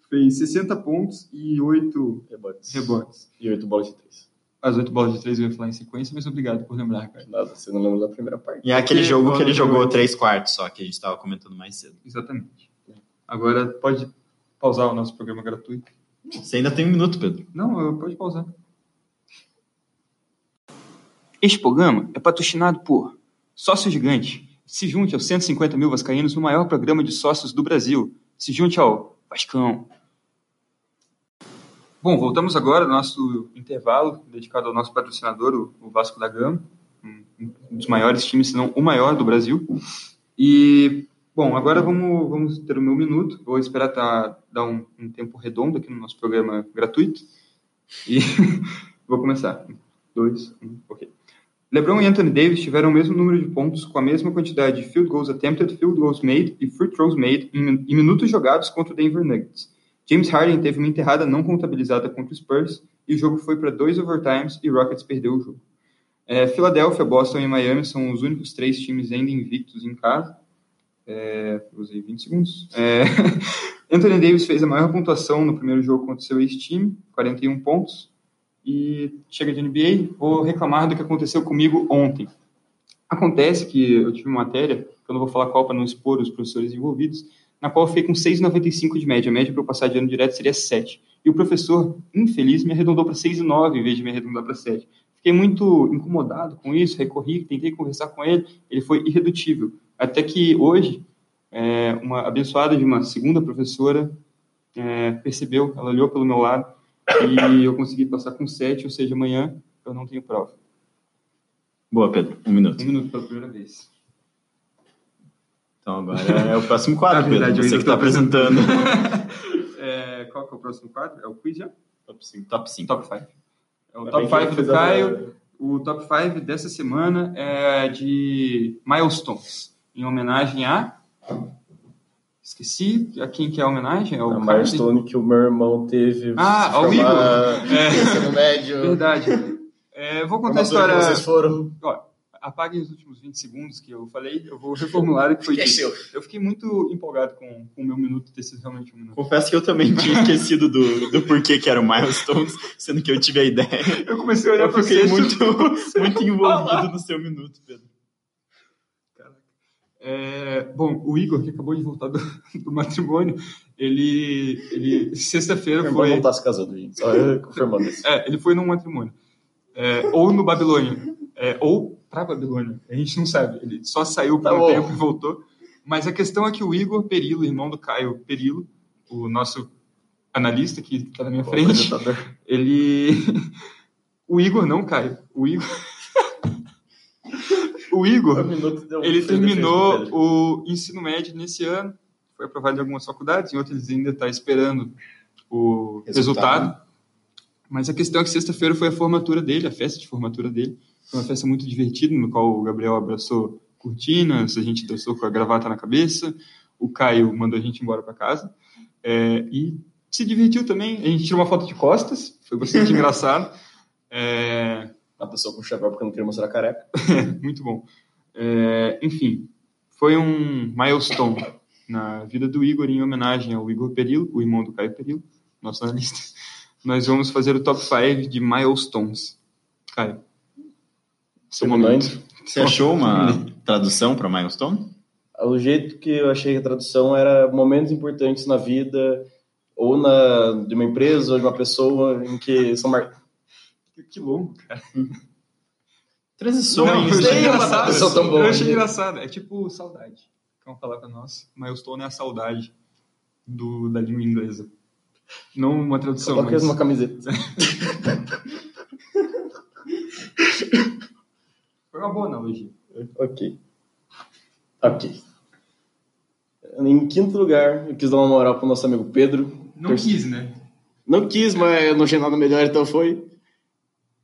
A: Fez 60 pontos e 8
C: Rebotes.
A: rebotes.
C: E oito bolas de três.
A: As 8 bolas de 3 eu ia falar em sequência, mas obrigado por lembrar, Caio.
C: Nada, você não lembra da primeira parte.
B: E é aquele
A: Porque
B: jogo que ele
A: quando-
B: jogou três quartos só, que a gente estava comentando mais cedo.
A: Exatamente. Agora pode pausar o nosso programa gratuito.
B: Você ainda tem um minuto, Pedro.
A: Não, eu- pode pausar. Este programa é patrocinado por Sócio Gigante. Se junte aos 150 mil vascaínos no maior programa de sócios do Brasil. Se junte ao Vascão. Bom, voltamos agora ao nosso intervalo dedicado ao nosso patrocinador, o- o Vasco da Gama, um um dos maiores times, se não o maior do Brasil. E, bom, agora vamos, vamos ter o meu minuto. Vou esperar tá- dar um- um tempo redondo aqui no nosso programa gratuito. E vou começar. Um, dois, um, ok. LeBron e Anthony Davis tiveram o mesmo número de pontos com a mesma quantidade de field goals attempted, field goals made e free throws made em, min- em minutos jogados contra o Denver Nuggets. James Harden teve uma enterrada não contabilizada contra o Spurs e o jogo foi para dois overtimes e Rockets perdeu o jogo. É, Filadélfia, Boston e Miami são os únicos três times ainda invictos em casa. É, usei 20 segundos. É, Anthony Davis fez a maior pontuação no primeiro jogo contra o seu ex-time, 41 pontos. E chega de NBA, vou reclamar do que aconteceu comigo ontem. Acontece que eu tive uma matéria, que eu não vou falar qual para não expor os professores envolvidos, na qual eu fiquei com 6,95 de média. A média para eu passar de ano direto seria 7. E o professor, infeliz, me arredondou para 6,9 em vez de me arredondar para 7. Fiquei muito incomodado com isso, recorri, tentei conversar com ele, ele foi irredutível. Até que hoje, é, uma abençoada de uma segunda professora é, percebeu, ela olhou pelo meu lado e eu consegui passar com 7, ou seja, amanhã eu não tenho prova.
B: Boa, Pedro. Um minuto.
A: Um minuto pela primeira vez.
B: Então agora é o próximo quadro,
A: Na verdade,
B: Pedro.
A: eu
B: Você
A: ainda
B: que está
A: tô
B: apresentando.
A: É, qual que é o próximo quadro? É o quiz já?
B: Top 5. Top 5.
A: Top 5. É
C: Tá
A: o top 5
C: né?
A: do Caio. O top 5 dessa semana é de Milestones, em homenagem a... Esqueci a quem que é a homenagem? É o
C: A
A: Harden?
C: milestone que o meu irmão teve.
A: Ah,
C: se
A: ao
C: formar
A: Igor. É.
C: no Ensino médio.
A: Verdade. É, vou contar a
C: formatura que
A: história...
C: Vocês foram.
A: Ó, apaguem os últimos 20 segundos que eu falei, eu vou reformular o que foi dito.
B: Esqueceu.
A: Eu fiquei muito empolgado com com o meu minuto ter sido realmente um minuto.
B: Confesso que eu também tinha esquecido do, do porquê que era o Milestones, sendo que eu tive a ideia.
A: Eu comecei a olhar
B: Eu
A: pra
B: fiquei
A: vocês.
B: muito, muito envolvido no seu minuto, Pedro.
A: É, bom, o Igor, que acabou de voltar do, do matrimônio, ele, ele sexta-feira
C: Meu irmão não
A: foi,
C: tá se casando, gente. Só eu confirmando isso.
A: é, ele foi num matrimônio, É, ou no Babilônia, é, ou pra Babilônia, a gente não sabe, ele só saiu por
C: Tá
A: um
C: bom.
A: tempo e voltou, mas a questão é que o Igor Perilo, irmão do Caio Perilo, o nosso analista que está na minha
C: O
A: frente,
C: apresentador.
A: ele. O Igor não, Caio. O Igor. o
C: Um
A: Igor,
C: minuto deu-
A: ele
C: foi defesa do
A: terminou
C: Pedro.
A: o ensino médio nesse ano, foi aprovado em algumas faculdades, em outras ele ainda está esperando o
B: Resultado.
A: resultado. Mas a questão é que sexta-feira foi a formatura dele, a festa de formatura dele. Foi uma festa muito divertida, no qual o Gabriel abraçou cortinas, a gente dançou com a gravata na cabeça, o Caio mandou a gente embora para casa. É, e se divertiu também. A gente tirou uma foto de costas, foi bastante engraçado. É,
C: A pessoa com chapéu porque não queria mostrar a careca.
A: muito bom. É, enfim, foi um milestone na vida do Igor, em homenagem ao Igor Perillo, o irmão do Caio Perillo, nosso analista. Nós vamos fazer o top 5 de milestones. Caio. Seu momento.
C: Terminando,
B: Você achou uma tradução para Milestone?
C: O jeito que eu achei que a tradução era momentos importantes na vida, ou na, de uma empresa, ou de uma pessoa, em que são mar...
A: Que, que louco. Não,
B: Transições.
A: eu achei
C: Sim,
A: engraçado.
C: eu sou tão bom.
A: Eu achei engraçado. É tipo saudade. Vamos falar pra nós. Milestone é a saudade do, da língua inglesa. Não uma tradução,
C: Coloca
A: mas...
C: uma camiseta.
A: Foi uma boa analogia.
C: Ok. Ok. Em quinto lugar, eu quis dar uma moral pro nosso amigo Pedro.
A: Não
C: Terce-
A: quis, né?
C: Não quis, mas eu não achei nada melhor, então foi.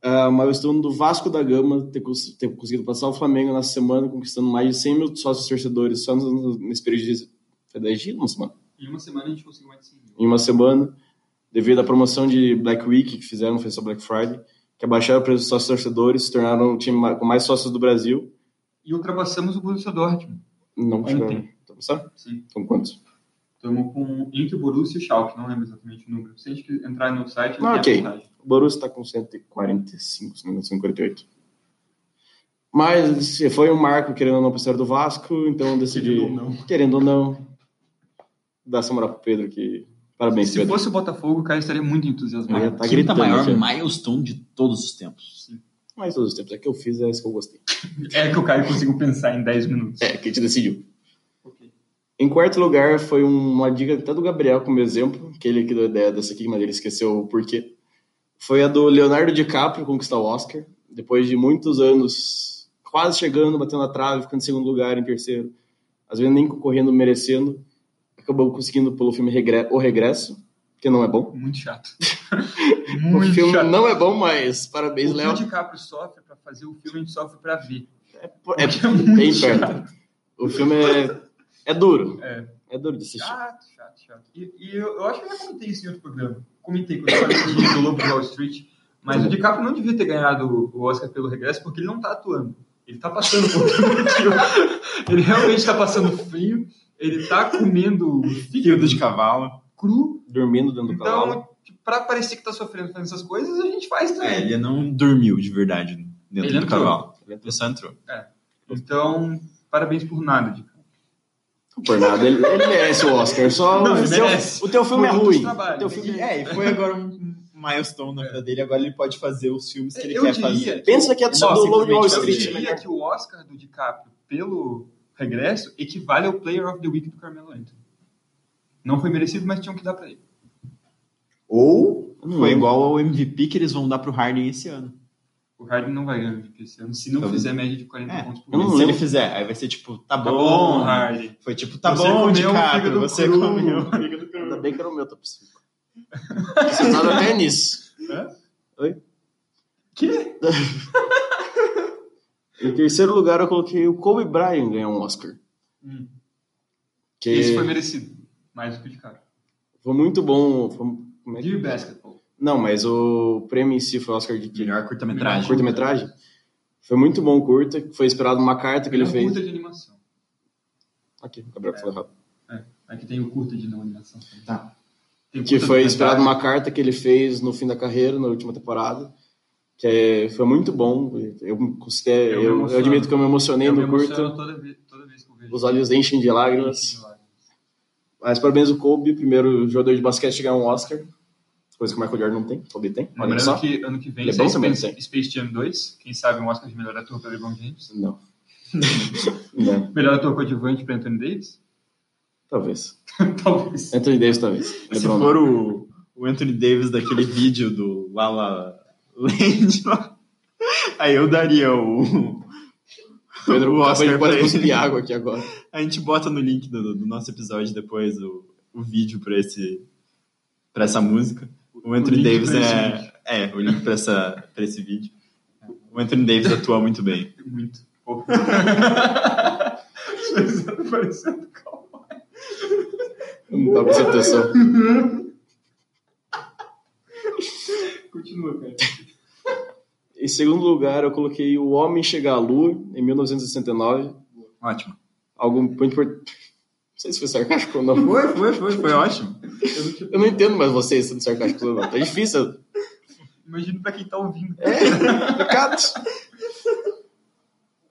C: Ah, o milestone do Vasco da Gama ter, cons- ter conseguido passar o Flamengo na semana, conquistando mais de 100 mil sócios torcedores só no- nesse período de. Foi 10 dias? Uma semana?
A: Em uma semana a gente conseguiu mais de 100 mil.
C: Em uma semana, devido à promoção de Black Week que fizeram, foi só Black Friday, que abaixaram o preço dos sócios torcedores, se tornaram o time ma- com mais sócios do Brasil.
A: E ultrapassamos o Borussia Dortmund.
C: Não
A: Ontem.
C: chegaram. Tá passando?
A: Sim.
C: Então quantos?
A: Estamos com entre o Borussia e o Schalke, não lembro exatamente o número. Se a gente entrar no site, ele
C: Ah,
A: tem
C: ok.
A: a contagem.
C: O Borussia está com 145, se não me engano, 148. Mas se foi um marco, querendo ou não, para a história do Vasco, então eu decidi.
A: Querendo ou não.
C: Querendo ou não, Dar essa moral pro Pedro que. Parabéns,
A: Se
C: Pedro.
A: fosse o Botafogo, o Caio estaria muito entusiasmado.
C: Eu ia
B: A
C: tá
B: quinta
C: gritando,
B: maior
C: já.
B: milestone de todos os tempos.
C: Mas todos os tempos. É que eu fiz, é isso que eu gostei.
A: É que o Caio conseguiu pensar em 10 minutos.
C: É, que a gente decidiu.
A: Ok.
C: Em quarto lugar, foi um, uma dica até do Gabriel como exemplo, que ele que deu a ideia dessa aqui, mas ele esqueceu o porquê. Foi a do Leonardo DiCaprio conquistar o Oscar, depois de muitos anos quase chegando, batendo a trave, ficando em segundo lugar, em terceiro, às vezes nem concorrendo, merecendo, acabou conseguindo pelo filme Regre- O Regresso, que não é bom.
A: Muito chato.
C: o
A: muito
C: filme
A: chato.
C: não é bom, mas parabéns,
A: O que o
C: Léo.
A: DiCaprio sofre pra fazer o filme, a gente sofre pra ver.
C: É
A: É muito
C: bem
A: chato.
C: perto. O filme é, é duro,
A: É,
C: é duro de assistir.
A: chato, chato, chato. E, e eu, eu acho que eu já comentei isso em outro programa. Comentei quando eu falei de- do Lobo de Wall Street. Mas o DiCaprio não devia ter ganhado o Oscar pelo regresso porque ele não tá atuando. Ele tá passando por tudo aquilo. Ele realmente tá passando frio. Ele tá comendo fígado
B: de cavalo.
A: cru.
C: Dormindo dentro do cavalo.
A: Então, pra parecer que tá sofrendo fazendo essas coisas, a gente faz
B: É,
A: também.
B: ele não dormiu de verdade dentro
A: Ele
B: do
A: entrou.
B: cavalo. Ele só entrou.
A: Então, parabéns por nada, DiCaprio.
C: Por nada, ele, ele merece o Oscar. Só
A: Não,
C: o,
A: ele
C: teu,
A: merece.
C: o teu filme é
A: Por
C: ruim.
A: outros trabalhos.
C: O teu filme é-
B: É, e foi agora um milestone na vida dele. Agora ele pode fazer os filmes que ele
A: Eu
B: quer
A: diria
B: fazer.
A: que
C: Pensa que é só
B: Não,
C: do Lobo de Wall
A: Eu
B: simplesmente
C: Street.
A: diria que o Oscar do DiCaprio pelo regresso equivale ao Player of the Week do Carmelo Anthony. Não foi merecido, mas tinham que dar pra ele.
B: Ou
C: Hum.
B: foi igual ao MVP que eles vão dar pro Harden esse ano.
A: O Harden não vai ganhar MVP esse ano se não
B: Talvez.
A: fizer média de 40
B: É,
A: pontos por
C: Tá eu não
A: mês.
B: se
C: lembro.
B: ele fizer, aí vai ser tipo,
A: Tá
B: tá, bom.
A: bom, Harden.
B: Foi tipo, tá
A: Você
B: bom, de
A: comeu um fígado
B: você
A: cru.
B: comeu.
C: Ainda bem que era o meu top 5. Você tá sabe até nisso.
A: Que?
C: Em terceiro lugar, eu coloquei o Kobe Bryant ganhar um Oscar.
A: Hum.
C: Que
A: Esse foi
C: foi...
A: merecido. Mais do que o DiCaprio.
C: muito bom. foi- como é que-
A: Dear Basketball.
C: Não, mas o prêmio em si foi o Oscar de que?
B: Melhor curta-metragem.
C: curta-metragem. Foi muito bom o curta, foi inspirado numa carta que ele
A: Não,
C: fez.
A: É um curta de animação.
C: Aqui, o Gabriel falou errado.
A: É, aqui tem o curta de não animação.
B: Tá.
A: Tem o
C: que
A: curta
C: foi
A: do
C: inspirado
A: Natal.
C: numa carta que ele fez no fim da carreira, na última temporada, que é- foi muito bom. Eu, me considero-
A: Eu me
C: eu- eu
A: emociono.
C: admito que eu me emocionei
A: Eu me
C: no
A: emociono
C: curto,
A: toda vez, toda vez que eu vejo.
C: os olhos enchem de lágrimas. Mas parabéns ao Kobe, primeiro jogador de basquete a chegar a um Oscar, coisa que o Michael Jordan não tem, Kobe tem, olha
A: Lembrando
C: só.
A: que ano que vem
C: Lebron
A: sai
C: também
A: Space, Space Jam 2, quem sabe um Oscar de melhor ator para LeBron James.
C: Não. não,
A: Melhor ator coadjuvante para Anthony Davis?
C: talvez.
A: Talvez.
C: Anthony Davis, talvez.
B: Se
C: LeBron, não.
B: for o, o Anthony Davis daquele vídeo do Lala Land, lá, aí eu daria o.
C: Pedro,
B: o
C: acabei de
B: Oscar
C: quase
B: pra ele.
C: cuspir água aqui agora.
B: A gente bota no link do, do nosso episódio depois o, o vídeo pra, esse, pra essa música. O Anthony
A: link
B: Davis
A: pra esse
B: é. É, o link pra, essa, pra esse vídeo. O Anthony Davis atua muito bem.
A: Muito pouco. Parecendo- parecendo calma.
C: Eu não tava prestando atenção.
A: Continua, cara.
C: Em segundo lugar, eu coloquei O Homem Chega à Lua, em 1969.
B: Ótimo.
C: Algo muito importante. Não sei se foi sarcástico ou não.
B: Foi, foi, foi, foi ótimo.
A: Eu não tinha...
C: Eu não entendo mais vocês sendo sarcástico ou não. Tá difícil.
A: Imagino pra quem tá ouvindo.
C: É, Complicado.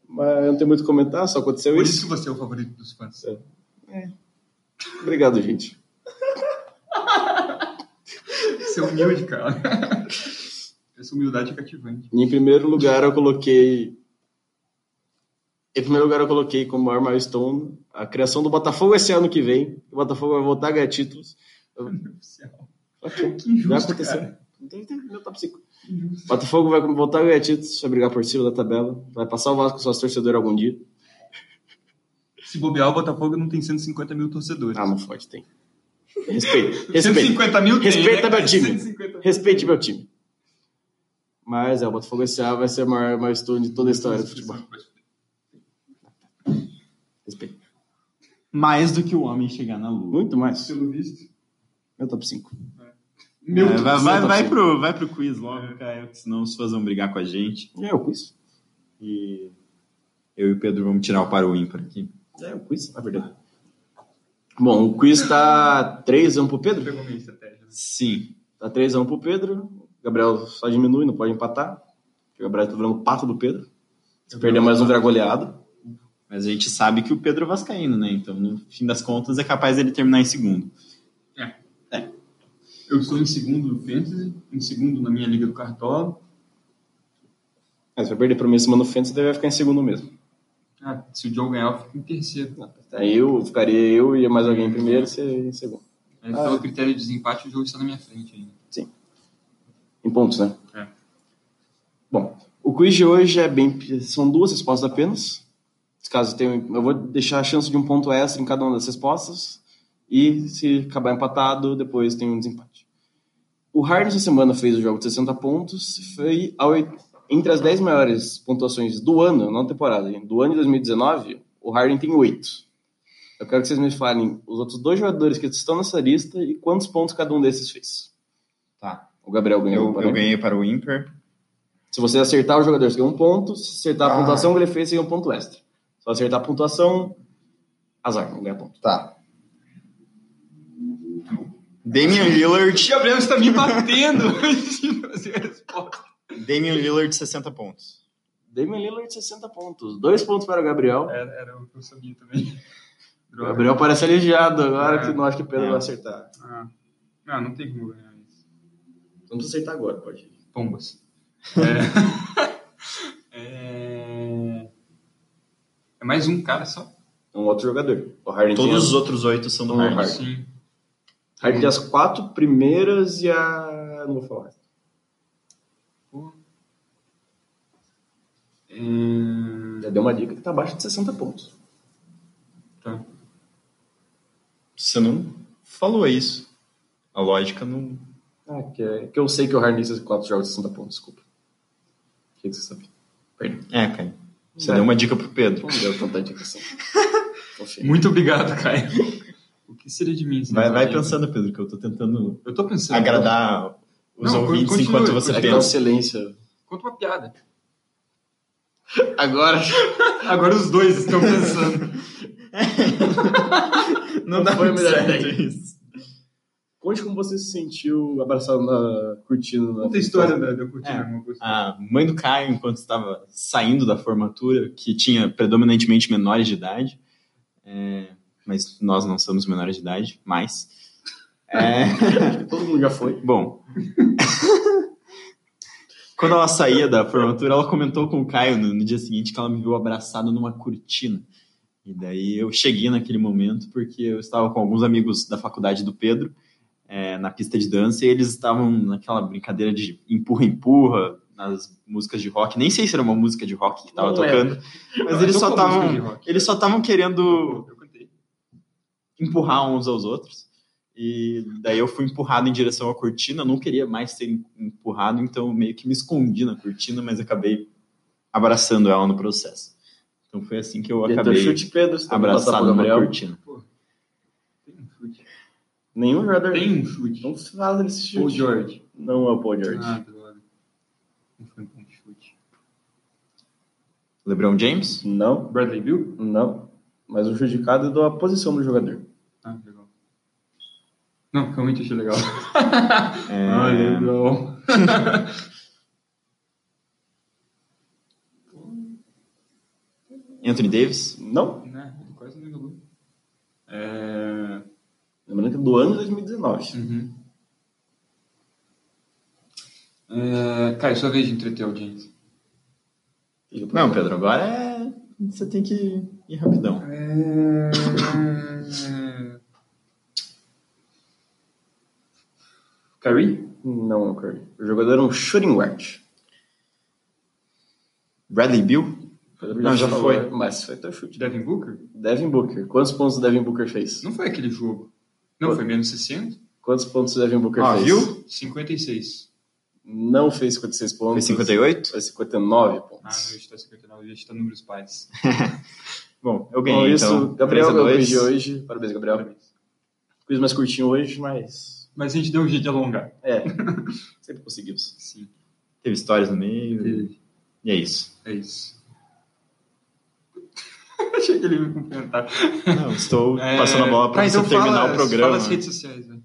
C: Mas eu não tenho muito o que comentar, só aconteceu
A: Por
C: isso.
A: isso que você é o favorito dos fãs.
C: Obrigado, gente.
A: Você é humilde, cara. Essa humildade é cativante.
C: E em primeiro lugar, eu coloquei. Em primeiro lugar, eu coloquei como maior milestone a criação do Botafogo esse ano que vem. O Botafogo vai voltar a ganhar títulos.
A: é Oficial.
C: Ok.
A: Que injusto,
C: Já aconteceu.
A: cara.
C: Não tem- tem- Meu top 5.
A: Que injusto.
C: Botafogo vai voltar a ganhar títulos, vai brigar por cima da tabela, vai passar o Vasco sócio torcedor algum dia.
A: Se bobear, o Botafogo não tem 150 mil torcedores.
C: Ah, não fode, tem. Respeito, respeito,
A: 150 mil tem,
C: Respeita
A: né, cara?
C: meu time.
A: 150 mil.
C: respeite meu time. Mas é, o Botafogo SA vai ser a maior milestone de toda a história do futebol. Respeito.
B: Mais do que o homem chegar na lua.
C: Muito mais.
A: Pelo visto.
C: Meu top 5.
A: Meu
B: É, vai,
C: Deus,
B: vai,
C: tá
B: vai
C: feio.
B: pro, vai pro quiz logo, Caio, que senão os fãs vão brigar com a gente.
C: É o quiz.
B: E eu e o Pedro vamos tirar o para o ímpar aqui.
C: É o quiz, na verdade. Bom, o quiz tá 3x1 pro Pedro.
A: Pegou minha estratégia. né?
B: Sim.
C: Tá 3x1 pro Pedro. O Gabriel só diminui, não pode empatar. O Gabriel tá virando o pato do Pedro. Se perder mais um, vira goleado.
B: Mas a gente sabe que o Pedro é vascaíno, né? Então, no fim das contas, é capaz dele terminar em segundo.
A: Eu estou em segundo no Fantasy, em segundo na minha Liga do Cartola.
C: Mas se vai perder pra mim semana no Fênix, você vai ficar em segundo mesmo.
A: Ah, se o Joe ganhar, eu fico em terceiro.
C: Aí eu ficaria eu e mais alguém em primeiro, você em segundo.
A: É, Pelo critério de desempate, o jogo está na minha frente ainda.
C: Em pontos, né?
A: É.
C: Bom, o quiz de hoje é bem. São duas respostas apenas. Caso tenha. Eu vou deixar a chance de um ponto extra em cada uma das respostas. E se acabar empatado, depois tem um desempate. O Harden essa semana fez o jogo de 60 pontos. Foi a oit- entre as 10 maiores pontuações do ano, não temporada, hein? do ano de 2019, o Harden tem 8. Eu quero que vocês me falem os outros dois jogadores que estão nessa lista e quantos pontos cada um desses fez.
B: Tá.
C: O Gabriel ganhou.
B: Eu,
C: né?
B: eu ganhei para o ímpar.
C: Se você acertar o jogador, você ganha um ponto. Se acertar a
B: Ah.
C: pontuação que ele fez, você ganha um ponto extra. Se eu acertar a pontuação, azar, não ganha ponto.
B: Tá. Damian Lillard.
A: Gabriel está me batendo antes de fazer a resposta.
B: Damian Lillard, 60 pontos.
C: Damian Lillard, 60 pontos. Dois pontos para o Gabriel.
A: Era, era o que eu sabia também.
C: É, O
A: Droga.
C: Gabriel parece aliviado agora
A: É.
C: que não acha que o Pedro
B: É.
C: vai acertar.
A: Ah, não, não tem como ganhar isso.
C: Não precisa acertar agora, pode ir.
A: Pombas. É. é... é mais um cara só?
C: É um outro jogador. O Harden tem
B: Todos
C: as...
B: os outros oito são do
C: Não,
B: Harden.
C: Harden.
A: Sim.
C: Harden tem as quatro primeiras e a... Não vou falar.
A: Pô. É,
C: Já deu uma dica que tá abaixo de 60 pontos.
A: Tá.
B: Você não falou isso. A lógica não...
C: Ah, que, é- que eu sei que o Harden tem esses quatro jogos de 60 pontos, desculpa. O que, que você sabe?
B: É, Caio. Você
C: É.
B: deu uma dica pro Pedro.
C: Não deu tanta dica assim. Confia.
A: Muito obrigado, Caio. O que seria de mim? se não
B: Vai, vai
A: fosse eu?
B: pensando, Pedro, que eu tô tentando
A: Eu tô pensando.
B: agradar os
A: Não,
B: ouvintes
A: continue,
B: Tá é enquanto você
A: continue.
C: Aquela
B: pensa.
C: silêncio.
A: Conta uma piada.
D: Agora,
A: Agora os dois estão pensando.
B: Não,
C: Não
B: dá
C: foi a
B: muito
C: melhor
B: certo
C: ideia.
B: isso.
C: Conte como você se sentiu abraçado na cortina. Na...
A: Conta a história da, da cortina,
B: É.
A: Augusto.
B: A mãe do Caio, enquanto estava saindo da formatura, que tinha predominantemente menores de idade, é, mas nós não somos menores de idade, mas. é,
C: Todo mundo já foi.
B: Bom. Quando ela saía da formatura, ela comentou com o Caio no, no dia seguinte que ela me viu abraçado numa cortina. E daí eu cheguei naquele momento porque eu estava com alguns amigos da faculdade do Pedro eh, na pista de dança e eles estavam naquela brincadeira de empurra-empurra nas músicas de rock. Nem sei se era uma música de rock que estava
C: Não era.
B: tocando, mas
A: Não,
B: eles
A: eu
B: só
A: tô com música de
B: estavam
A: rock.
B: eles só estavam querendo
A: Eu cantei.
B: empurrar uns aos outros. E daí eu fui empurrado em direção à cortina, eu não queria mais ser em- empurrado, então eu meio que me escondi na cortina, mas acabei abraçando ela no processo. Então foi assim que eu
C: E até
B: acabei
C: chute Pedro, se também passar pro
B: abraçado na
C: Gabriel.
B: cortina.
A: Tem um chute.
C: Nenhum jogador.
A: Tem um chute.
C: Não se fala desse chute.
A: Paul George.
C: Não é o Paul George.
A: Ah, droga. Não foi um bom chute.
B: LeBron James?
C: Não,
A: Bradley Bill?
C: não. Mas o judicado é da posição do jogador.
A: Ah, legal. Não, realmente achei legal.
B: É,
A: Ah, legal.
B: Anthony Davis?
C: Não.
A: Né, ele quase não jogou. É...
C: Lembrando que é do ano de 2019.
A: Uhum. É... Cara, sua vez de entreter a audiência.
C: Fica pra
B: Não,
C: lá.
B: Pedro, agora é... você tem que ir rapidão.
A: É... Curry?
C: Não é o Curry. O jogador é um shooting guard.
B: Bradley Bill? Não, já
C: Falou,
B: foi.
C: Mas foi teu chute.
A: Devin Booker?
C: Devin Booker. Quantos pontos o Devin Booker fez?
A: Não foi aquele jogo. Não, foi menos 60?
C: Quantos pontos o Devin Booker
B: Ó,
C: fez?
B: viu?
A: 56.
C: Não fez 56
B: Foi
C: pontos.
B: 58?
C: Foi 59
A: Ah,
C: pontos.
A: não, eu estou 59, eu estou números pares.
B: Bom, eu
C: Com
B: ganhei,
C: isso,
B: então.
C: Gabriel é o
B: 3
C: quiz de
B: a 2.
C: hoje. Parabéns, Gabriel. Quiz mais curtinho hoje, mas...
A: Mas a gente deu um jeito de alongar.
C: É, sempre conseguimos.
A: Sim.
B: Teve histórias no meio. E é isso.
A: É isso. Achei que ele ia me cumprimentar.
B: Não, estou
A: É,
B: passando a bola para
A: tá,
B: você
A: então
B: terminar
A: fala-
B: o programa.
A: Fala as redes sociais, velho.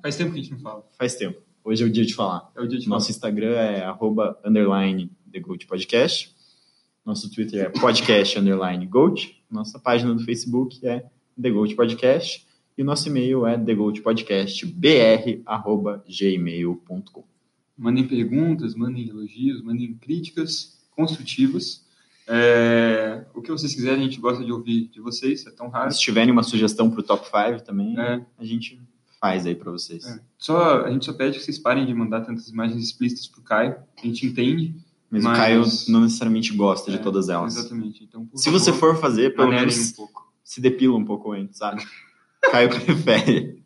A: Faz tempo que a gente não fala.
B: Faz tempo. Hoje é o dia de falar.
A: É o dia de
B: Nosso Instagram é arroba underline The Goat Podcast. Nosso Twitter é podcast underline Goat. Nossa página do Facebook é The Goat Podcast. E o nosso e-mail é thegoatpodcastbr.gmail.com.
A: Mandem perguntas, mandem elogios, mandem críticas construtivas. É, o que vocês quiserem, a gente gosta de ouvir de vocês, é tão raro.
B: Se tiverem uma sugestão para o Top 5 também,
A: É.
B: a gente faz aí para vocês.
A: É. Só, a gente só pede que vocês parem de mandar tantas imagens explícitas pro Caio. A gente entende.
B: Mas,
A: Mas-
B: o Caio não necessariamente gosta
A: É,
B: de todas elas.
A: Exatamente. Então, por
B: Se você
A: favor,
B: for fazer, pelo
A: manelem
B: menos
A: um pouco.
B: se depila um pouco antes, sabe? Caio prefere.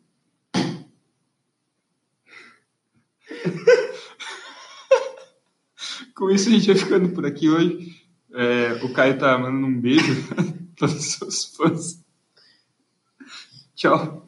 A: Com isso, a gente vai ficando por aqui hoje. É, o Caio tá mandando um beijo para os seus fãs. Tchau.